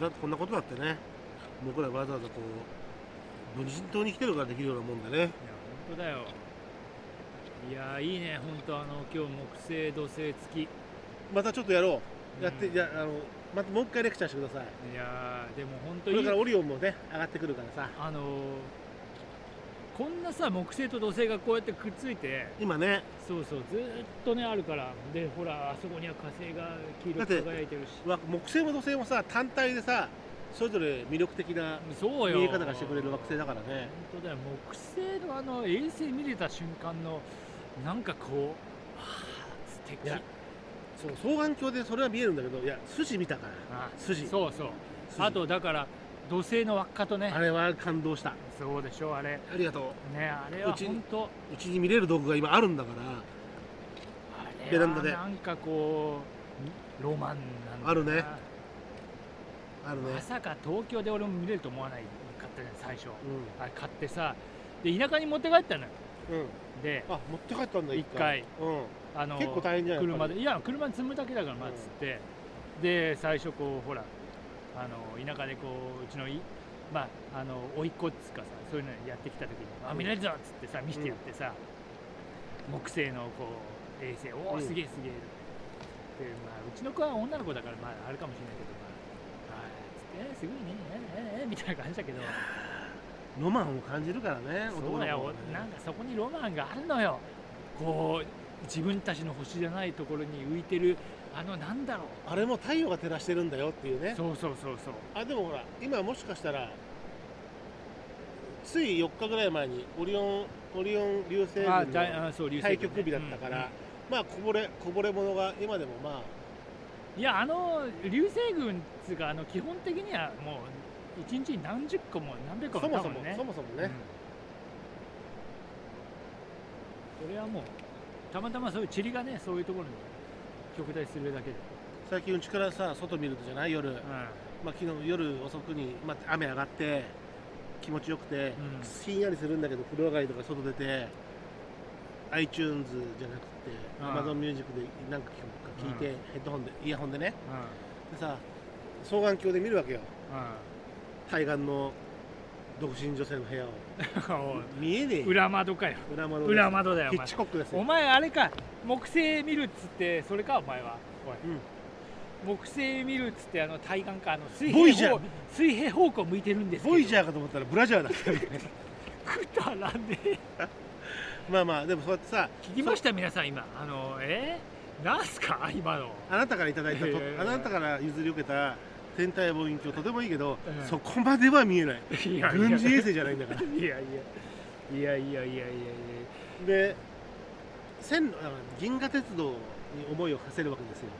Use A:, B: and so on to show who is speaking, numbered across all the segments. A: だってこんなことだってね僕らわざわざこう無人島に来てるからできるようなもんでね
B: いや本当だよいやいいね本当あの今日木星土星付き
A: またちょっとやろうやって、
B: うん
A: いやあのまたもう一回レクチャーしてください
B: いやーでも本
A: こ
B: 当
A: れ
B: に
A: からオリオンもね上がってくるからさ
B: あのーこんなさ木星と土星がこうやってくっついて
A: 今ね
B: そうそうずーっとねあるからでほらあそこには火星が黄色く輝いてるし
A: わ木星も土星もさ単体でさそれぞれ魅力的な
B: そうよ
A: 見え方がしてくれる惑星だからね
B: 本当だよ木星のあの衛星見れた瞬間のなんかこうああ素敵
A: いやそう双眼鏡でそれは見えるんだけどいや筋見たから
B: あ
A: 筋
B: そうそう
A: 筋
B: あとだから土星の輪っかとね
A: あれは感動した
B: そうでしょあれ
A: ありがと
B: ねあれは
A: うち
B: 本当
A: ううちに見れる道具が今あるんだから
B: あ
A: ベ
B: れ
A: ラ
B: は
A: ンダで
B: なんかこうロマンなんだな
A: あるねあるね
B: まさか東京で俺も見れると思わないかったじゃん最初
A: う
B: あれ買ってさで田舎に持って帰ったのよ
A: ん、うん、
B: で
A: あ持って帰ったんだ
B: 一回、
A: うん、
B: あの
A: 結構大変じゃない
B: 車でいや車に積むだけだからまあ
A: うん
B: つって、で最初こうほらあの田舎でこううちのいまああの甥いっ子っつうかさそういうのやってきた時に「あ
A: うん
B: 見れるぞ!」っつってさ見せてやってさ、木星のこう衛星お
A: う
B: お
A: ん
B: すげえすげえで、まあ、うちの子は女の子だからまああるかもしれないけどまあはいつってえー「すごいねえーえーえーみたいな感じだけど
A: ロマンを感じるからね
B: そうだよ、なんかそこにロマンがあるのよこう自分たちの星じゃないところに浮いてるあのなんだろう
A: あれも太陽が照らしてるんだよっていうね
B: そうそうそうそう
A: あでもほら今もしかしたらつい4日ぐらい前にオリオンオリオン流星群
B: あ
A: の
B: だいあそう流
A: 対
B: 星群ね
A: 局日だったから、まあこぼれこぼれ物が今でもまあ
B: うんいやあの流星群っつうかあの基本的にはもう一日に何十個も何百個
A: そも
B: もだ
A: そ
B: も
A: も
B: んね
A: そもそもね、
B: うんそれはもうたまたまそういう塵がねそういうところに極大するだけで、
A: 最近うちからさ外見るとじゃない夜、まあ、昨日夜遅くに、まあ、雨上がって気持ちよくて、
B: うん
A: ひんやりするんだけど風呂上がりとか外出て iTunes じゃなくて Amazon
B: うん
A: Music で何か聞くか聞いて、
B: う
A: ヘッドホンでイヤホンでね
B: うん
A: でさ双眼鏡で見るわけよ
B: う
A: 対岸の独身女性の部屋を
B: んうん おい
A: 見えねえよ
B: 裏窓かよ
A: 裏窓です
B: 裏窓だよお
A: ヒ
B: 前
A: ッチコックです
B: お
A: よ
B: 前あれか木星見るっつってそれかお前はおい
A: うん
B: 木星見るっつってあの対岸かあの水
A: ボイ
B: 平
A: ジャ
B: 方
A: ー
B: 水平方向向いてるんですけど
A: ボイジャーかと思ったらブラジャーだ ったみたいな
B: くだらねえ
A: まあまあでもそうやってさ
B: 聞きました皆さん今あのえー、なんすか今の
A: あなたからいただいたと
B: いやいやいや
A: あなたから譲り受けた天体望遠鏡とてもいいけど、
B: うん
A: そこまでは見えない
B: いやいや
A: 軍事衛星じゃないんだから
B: いやいやいやいやいやいやいや
A: で線路あ銀河鉄道に思いを馳せるわけですよ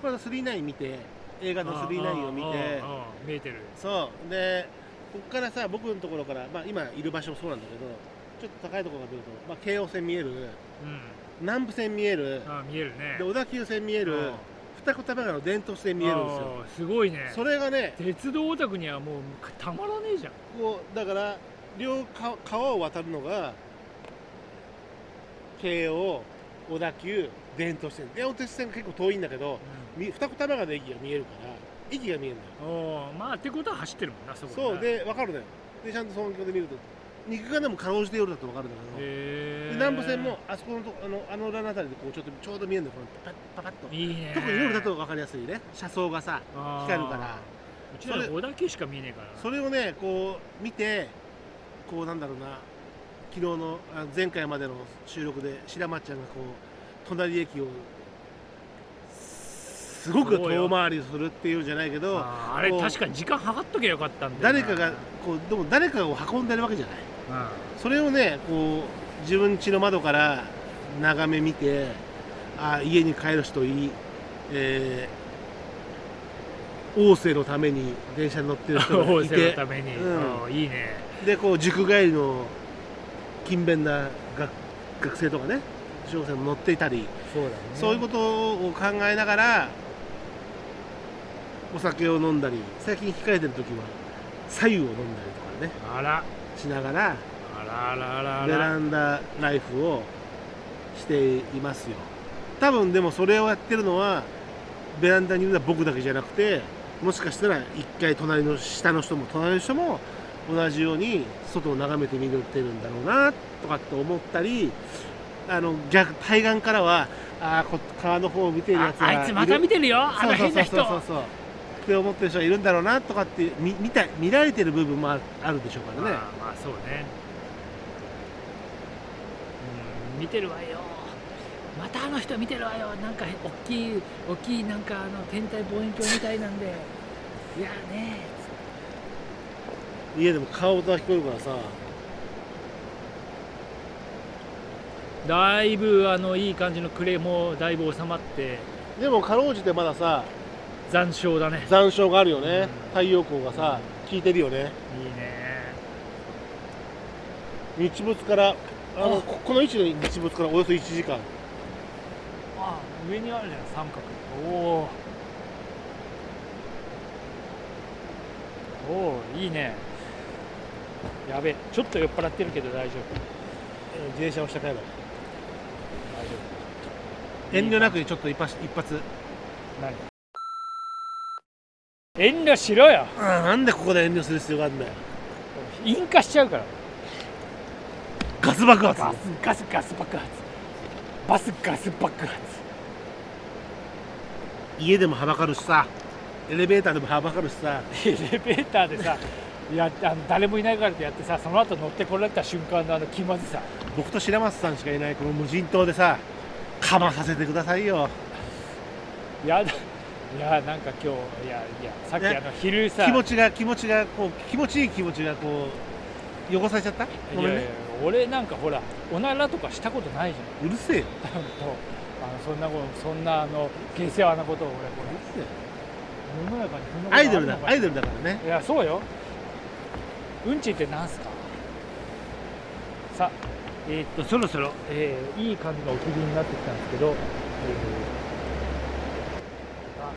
A: これは39見て映画
B: うん
A: の39を見て
B: うんうんうん見えてる
A: そうでここからさ僕のところから、まあ、今いる場所もそうなんだけどちょっと高いところが出ると、まあ、京王線見える
B: うん
A: 南武線見える
B: あ見えるね
A: で小田急線見え
B: う
A: る
B: ん
A: 二子玉川の伝統線見えるんですよ
B: あーすごいね
A: それがね
B: 鉄道オタクにはもうたまらねえじゃん
A: こうだから両川川を渡るのが京王小田急伝統線伝統線が結構遠いんだけどみ二子玉川の駅が見えるから駅が見えるんだよ
B: おーまあってことは走ってるもんなそこ
A: そう
B: へ
A: で分かるのよでちゃんと双眼鏡で見ると肉眼でもかろうじて夜だと分かるんだけど、
B: え
A: で南部線もあそこのとあのあの裏のあたりでこうちょっとちょうど見えるんだよこのパパパッと
B: いいね
A: 特に夜だと分かりやすいね車窓がさ光るから
B: あーうちら
A: そ
B: 小田急しか見えねえから
A: それをねこう見てこうなんだろうな昨日のあ前回までの収録で白松ちゃんがこう隣駅をすごく遠回りするっていうんじゃないけど
B: あーあれ
A: こう
B: 確かに時間計っときゃよかったんだよな
A: 誰かがこうでも誰かを運んでるわけじゃない
B: うん
A: それをねこう自分家の窓から眺め見てあ家に帰る人いい、えー、王政のために電車に乗ってる人
B: 王
A: がい
B: 政
A: て
B: のために
A: うん
B: おーいいね
A: でこう塾帰りの勤勉な学学生とかね小学生も乗っていたり、
B: そうだね
A: そういうことを考えながらお酒を飲んだり最近控えてる時は左右を飲んだりとかね
B: あら
A: しながら
B: あらあらあらあ
A: ベ
B: ら
A: ランダライフをしていますよ多分でもそれをやってるのはベランダにいるのは僕だけじゃなくてもしかしたら一回隣の下の人も隣の人も同じように外を眺めてみるってるんだろうなとかって思ったりあの逆対岸からはあーこ川の方を見てるや
B: あ
A: つが
B: あいつまた見てるよあ
A: そ
B: の
A: うそう
B: 変
A: そ
B: な
A: うそうそう
B: 人
A: そうって思ってる人がいるんだろうなとかって見見た見られてる部分もあるあるでしょうからね
B: まあまあそうねうん見てるわよまたあの人見てるわよなんか大きい大きいなんかあの天体望遠鏡みたい なんでいやね
A: 家でも顔音が聞こえるからさ
B: だいぶあのいい感じのクレもだいぶ収まって
A: でもかろうじてまださ
B: 残暑だね
A: 残暑があるよ
B: うん
A: ね太陽光がさ効いてるよね
B: いいね
A: 日没からあの
B: あ
A: ここの位置の日没からおよそ1時間
B: あ上にあるじゃん三角おおおおいいねやべえちょっと酔っ払ってるけど大丈夫
A: えー自転車をしたから
B: 大丈夫
A: 遠慮なくちょっと一発一発
B: 何遠慮しろよ
A: なんでここで遠慮する必要があるんだよ
B: 引火しちゃうから
A: ガス爆発
B: ガスガスガス爆発バスガス爆発
A: 家でもはばかるしさエレベーターでもはばかるしさ
B: エレベーターでさ やあの誰もいないからってやってさその後乗ってこられた瞬間のあの気まずさ
A: 僕と白松さんしかいないこの無人島でさかまさせてくださいよ
B: いやだいやなんか今日いやいやさっき
A: ね
B: あの昼さ
A: 気持ちが気持ちがこう気持ちいい気持ちがこう汚されちゃったご
B: い
A: め
B: や
A: ん
B: いや
A: ね
B: 俺なんかほらおならとかしたことないじ
A: うるせえよ
B: ゃんほんとあのそんなことそんなあの下世話なことを俺ほら世の中にそんなこと
A: アイドル
B: あ
A: だ
B: るのか
A: アイドルだからね
B: いやそうようんちってなんすかさあえーっとそろそろ、えーいい感じがお切りになってきたんですけど、えーあもうあ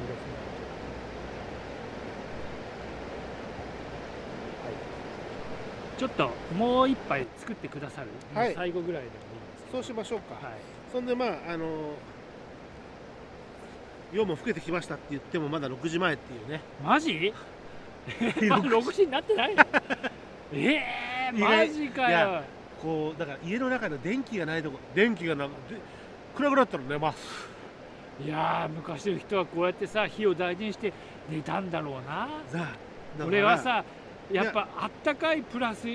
B: れですねはいちょっともう一杯作ってくださる、
A: はい
B: 最後ぐらいでもいいんですけど
A: そうしましょうか、
B: はい
A: そんでまああの夜も更けてきましたって言ってもまだ6時前ってい うね
B: マジまだ6時になってないのええ
A: 意
B: マ
A: 外
B: ジか
A: い
B: よ
A: や こうだから家の中の電気がないとこ電気がなくで暗くなったら寝ます
B: いやー昔の人はこうやってさ火を大事にして寝たんだろうな
A: さあだから
B: 俺はさやっぱあったかいプラス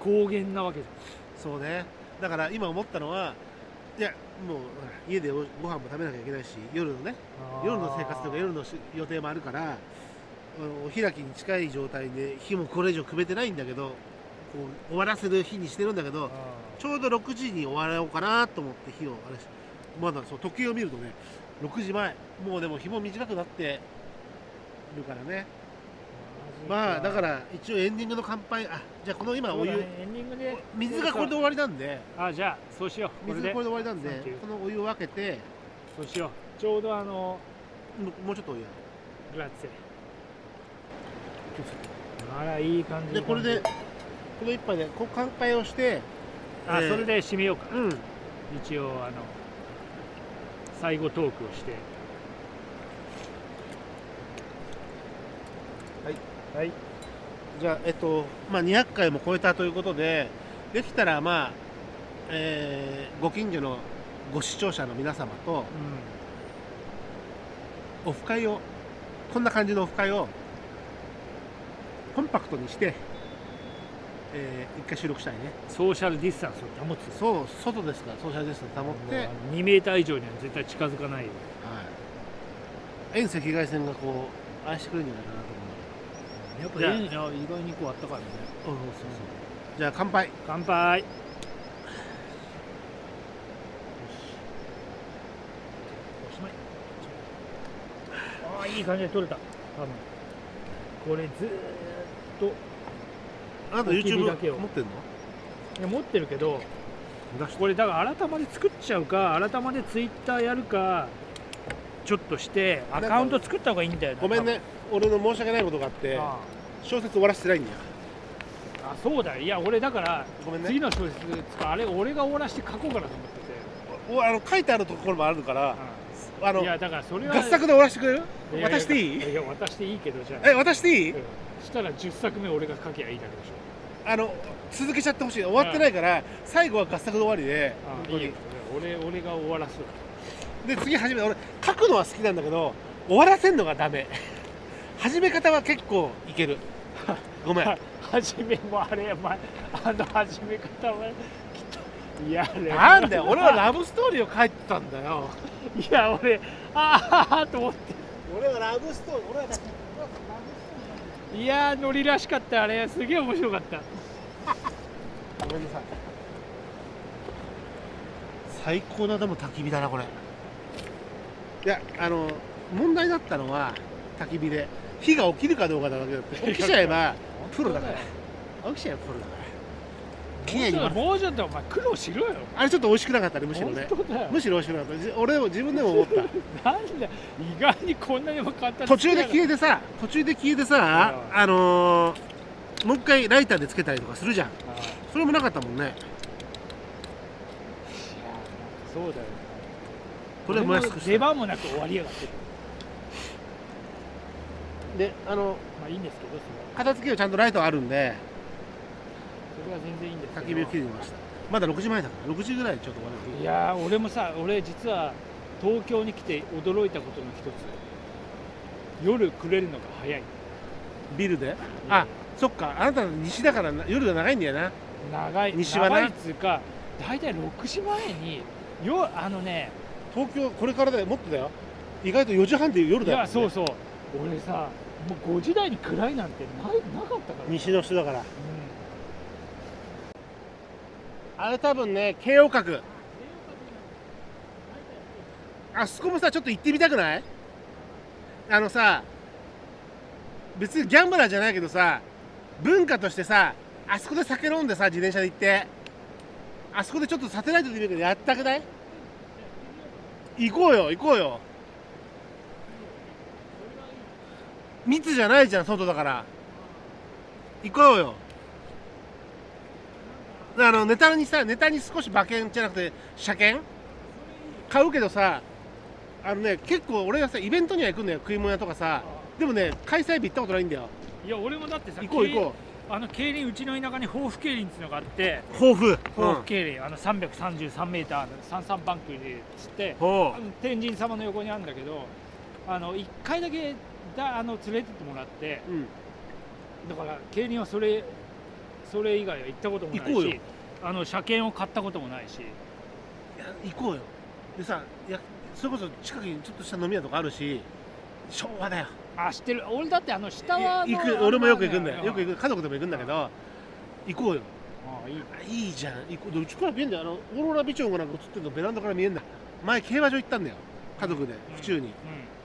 B: 高原なわけじ
A: そうねだから今思ったのはいやもう家でおご飯も食べなきゃいけないし夜のね
B: ゃん
A: 夜の生活とか夜のし予定もあるからあのお開きに近い状態で日もこれ以上くべてないんだけどこう終わらせる日にしてるんだけど
B: あ
A: ちょうど6時に終わろうかなと思って日をあれしまだそう時計を見るとね6時前もうでも日も短くなってるからね
B: ー
A: まあだからら一応エンディングの乾杯あじゃあこの今
B: そう
A: お
B: だ
A: 湯、
B: ねエンディングで
A: 水がこれで終わりなんで
B: あじゃあそうしようこれ
A: 水が
B: で
A: これで終わりなんで
B: サンキュー
A: このお湯を分けて
B: そうしようちょうどあの
A: もうもうちょっとお湯や
B: グラッツェあらいい感じ
A: でこれでこの一杯でこう乾杯をして
B: あ
A: えー
B: それで締めようか
A: うん
B: 一応あの最後トークをしてはいはい
A: じゃあえっとまあ200回も超えたということでできたらまあ、えーご近所のご視聴者の皆様と
B: う
A: オフ会をこんな感じのオフ会をコンパクトにして、えー一回収録したいね
B: ん、ソーシャルディスタンスを保つ
A: そう外ですからソーシャルディスタンス保って、はい、
B: 2メーター以上には絶対近づかないよ
A: 遠赤外線がこう愛してくれるんじゃないかなと思う
B: や
A: ぱ
B: っ
A: いいね
B: 意外にこうあったかいね
A: そうそうじゃあ乾杯
B: 乾杯おしまいああーいい感じで取れた多分これずーっと
A: あなた
B: 焚き火
A: YouTube 持
B: だ
A: っ
B: け
A: て
B: を
A: んの
B: いや持ってるけど
A: 出して
B: これだから改まで作っちゃうか改までツイッターやるかちょっとしてアカウント作った方がいいんだよな
A: ごめんね俺の申し訳ないことがあって
B: あ
A: 小説終わらせてないんだよ
B: ああそうだよいや俺だから
A: ごめん
B: 次
A: ね
B: の小説つかあれ俺が終わらして書こうかなと思ってて、
A: おあの書いてあるところもあるから
B: う
A: あの
B: いやだからそれは
A: 合作で終わらせてくれる
B: いや
A: 渡していい
B: やや渡していいけどじゃあ
A: え渡していい
B: うんしたら10作目俺が書きゃいいだけでしょ
A: あの続けちゃってほしい終わってないから最後は合作で終わりで
B: あ
A: 本
B: あ
A: 当
B: いい
A: に
B: よ俺俺が終わらすわ
A: で次始め俺書くのは好きなんだけど終わらせんのがダメ 始め方は結構いけるご めん
B: は始めもあれ、まあの始め方はきっといやあれ
A: なんだよ俺はラブストーリーを書いてたんだよ
B: いや俺ああと思っ
A: 俺はラブストーリー俺は
B: ていやーノリらしかったあれすげえ面白かった
A: ごめんなさい最高なでも焚き火だなこれいやあの問題だったのは焚き火で火が起きるかどうかだわけだって起きちゃえばプロだから起きちゃえばプロだから綺麗に割れ
B: もうちょっともうちょっとお前苦労しろよ
A: あれちょっと美味しくなかったねむしろね
B: 本当だよ
A: むしろ美味しくなかったじ俺も自分でも思 った
B: なんだ意外にこんなにも簡単に
A: 途中で消
B: え
A: えてさ途中で消えてさ
B: う
A: あのー、もう一回ライターでつけたりとかするじゃんそれもなかったもんね
B: そうだよ
A: これ燃やすく
B: 出番もなく終わりやがってる
A: であの
B: まあいいんですけどそれ
A: 片付けはちゃんとライトあるんで
B: はそれは全然いいんですけ
A: 焚
B: ど
A: き火を切りましたまだ6時前だから6時ぐらいちょっと終わる
B: いやー俺もさ俺実は東京に来て驚いたことの一つ夜くれるのが早い
A: ビルであそっかあなた西だからな夜が長いんだよな
B: 長い
A: 西はな
B: 長いっつうか大体6時前によあのね
A: 東京これからだよもっとだよ意外と4時半で夜
B: い
A: だよ、
B: やそうそう俺さもう5時台に暗いなんてないなかったから、うん、
A: 西の人だからあれ多分ね慶応角あそこもさちょっと行ってみたくないあのさ別にギャンブラーじゃないけどさ文化としてさあそこで酒飲んでさ自転車で行ってあそこでちょっとサテライトで見るけどやったくない行こうよ行こうよ密じゃないじゃん外だから行こうよあのネタにさネタに少し馬券じゃなくて車券買うけどさあのね結構俺がさイベントには行くんだよ食い物屋とかさでもね開催日行ったことないんだよ
B: いや俺もだってさ
A: 行こう行こ
B: うあの競輪うちの田舎に豊富競輪っていうのがあって
A: う抱負
B: 豊富競輪、あの 333m の三三バンクでつって
A: ほ
B: あの天神様の横にあるんだけどあの1回だけだあの連れてってもらって
A: う、うん、
B: だから競輪はそれそれ以外は行ったこともない
A: 行こう
B: し
A: よ
B: あの車検を買ったこともないし
A: いや行こうよでさいやそれこそ近くにちょっとした飲み屋とかあるし昭和だよ
B: あ知ってる俺だってあの下
A: い
B: は
A: や行く俺もよく行くんだよよく
B: く
A: 行く家族でも行くんだけど行こうよ
B: ああいい
A: あいいじゃん行こうでうちから見えんだよあのオーロラビチョウがなんか映ってるのベランダから見えんだ前競馬場行ったんだよ家族で府中に、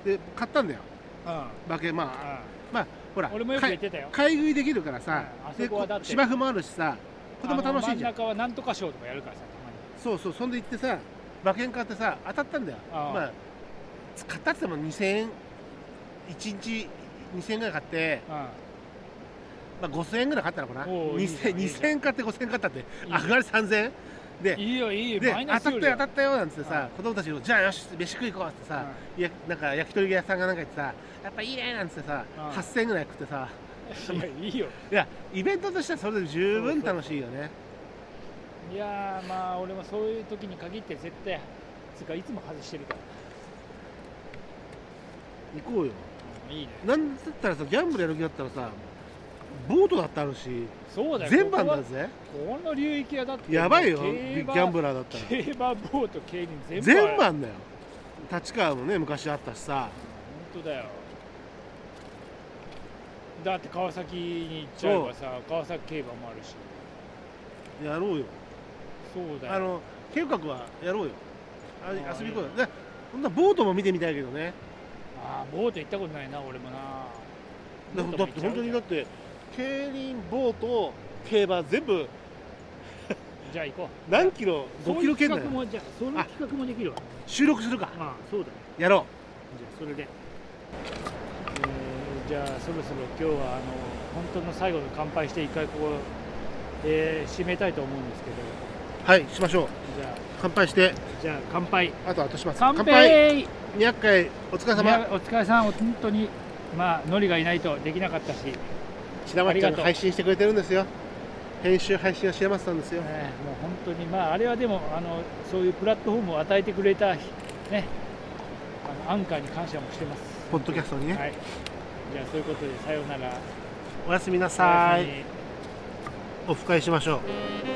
A: で買ったんだよ
B: うん、うん
A: 馬券まあほら
B: 俺もよく行
A: 買
B: っ
A: い
B: てたよ
A: 買い食いできるからさ、
B: うんあそ
A: で
B: こはだって
A: 芝生もあるしさ子供楽しいじゃ
B: あ
A: ん
B: の真ん中はなんとか賞とかやるからさ
A: そうそうそんで行ってさ馬券買ってさ当たったんだよ
B: ああ
A: まあ買ったって言っても2000円1日2000円ぐらい買って、
B: たまに
A: まあ、5000円ぐらい買ったのかな
B: おういいじゃん
A: 2000,
B: いいじゃん
A: 2000円買って5000円買ったって
B: いい
A: あ上がり3000円
B: うんいいよいいよ
A: で
B: マ
A: 当た
B: イナ
A: っ
B: ス
A: た
B: よ
A: よ
B: りは
A: 当たったよなんつってさ、
B: うん
A: 子供たちがじゃあよし飯食い行こうっつってさ、いやなんか焼き鳥屋さんがなんか言ってさやっぱいいねなんつってさ、
B: うん
A: 8000円ぐらい食ってさ
B: うんいやいいよ
A: いやイベントとしてはそれで十分楽しいよね
B: いやーまあ俺もそういう時に限って絶対つうかいつも外してるから、
A: 行こうよ
B: いいね
A: なんだったらさギャンブルやる気だったらさボートだってあるし
B: そうだよ
A: 全般
B: ここ
A: だ
B: は
A: ぜ
B: この流域はだって
A: やばいよギ
B: 競馬
A: ャンブラーだったら
B: 競馬ボート競輪 全部
A: 全
B: ある
A: 般だよ立川もね昔あったしさ
B: 本当だよだって川崎に行っちゃえばさ川崎競馬もあるし
A: やろうよ
B: そうだよ
A: あの計画はやろうよあ
B: あー
A: 遊び行こ
B: いいう
A: よでほんならボートも見てみたいけどね
B: あーボート行ったことないな俺もな
A: だだって本当にだって競輪ボート競馬全部
B: じゃあ行こ
A: 何キロ
B: う
A: 5キロ圏内
B: そういう企画もじゃあその
A: あ
B: 企画もできるわ
A: 収録するか
B: ああそうだね
A: やろ
B: じゃあそれで、えーじゃあそろそろ今日はあの本当の最後の乾杯して一回ここ、えー締めたいと思うんですけど
A: うはいしましょう
B: じゃ
A: 乾杯して
B: あじゃあ乾杯
A: あとは後始末
B: 乾杯
A: 200回お疲れ
B: いや
A: 様
B: お疲れさん本当にまあノリがいないとできなかったし、
A: 白松ちゃん
B: ありが
A: が
B: とう
A: 配信してくれてるんですよ編集配信は白松さんですよ
B: ねもう本当にまああれはでもあのそういうプラットフォームを与えてくれたねあのアンカーに感謝もしてます
A: ポッドキャストにね、
B: はいじゃあそういうことでさようなら
A: おやすみなさ
B: おやす
A: い
B: み
A: オフ会しましょう